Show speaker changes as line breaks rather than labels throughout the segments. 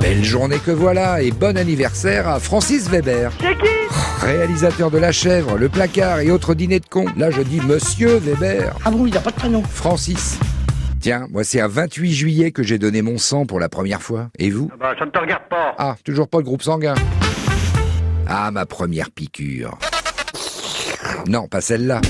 Belle journée que voilà et bon anniversaire à Francis Weber. Réalisateur de La Chèvre, Le Placard et autres dîners de cons. Là, je dis Monsieur Weber.
Ah bon, il n'a pas de prénom.
Francis. Tiens, moi, c'est à 28 juillet que j'ai donné mon sang pour la première fois. Et vous
Bah, ça ne te regarde pas.
Ah, toujours pas de groupe sanguin. Ah, ma première piqûre. Non, pas celle-là.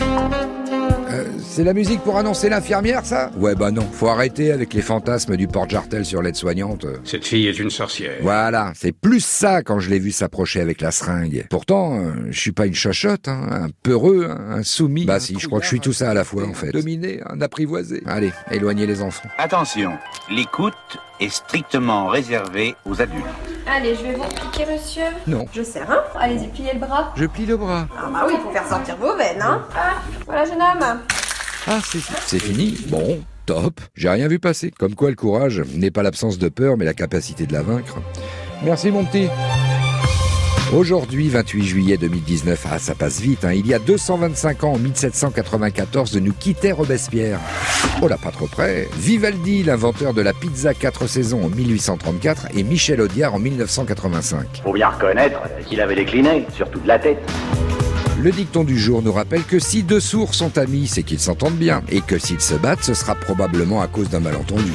Euh, c'est la musique pour annoncer l'infirmière, ça Ouais, bah non. Faut arrêter avec les fantasmes du porte-jartel sur l'aide-soignante. euh.
Cette fille est une sorcière.
Voilà, c'est plus ça quand je l'ai vu s'approcher avec la seringue. Pourtant, euh, je suis pas une chochotte, hein, un peureux, un soumis. Bah si, je crois que je suis tout ça à la fois en fait. Dominé, un apprivoisé. Allez, éloignez les enfants.
Attention, l'écoute est strictement réservée aux adultes.
Allez, je vais vous piquer, monsieur.
Non.
Je serre, hein Allez-y, pliez le bras.
Je plie le bras.
Ah bah oui, pour faire sortir vos veines, hein Ah, voilà, jeune homme.
Ah, c'est C'est fini Bon, top. J'ai rien vu passer. Comme quoi le courage n'est pas l'absence de peur, mais la capacité de la vaincre. Merci mon petit. Aujourd'hui, 28 juillet 2019, ah ça passe vite, hein, il y a 225 ans, en 1794, nous quittait Robespierre. Oh là, pas trop près. Vivaldi, l'inventeur de la pizza 4 saisons en 1834 et Michel Audiard en 1985.
Faut bien reconnaître qu'il avait décliné, surtout de la tête.
Le dicton du jour nous rappelle que si deux sourds sont amis, c'est qu'ils s'entendent bien, et que s'ils se battent, ce sera probablement à cause d'un malentendu.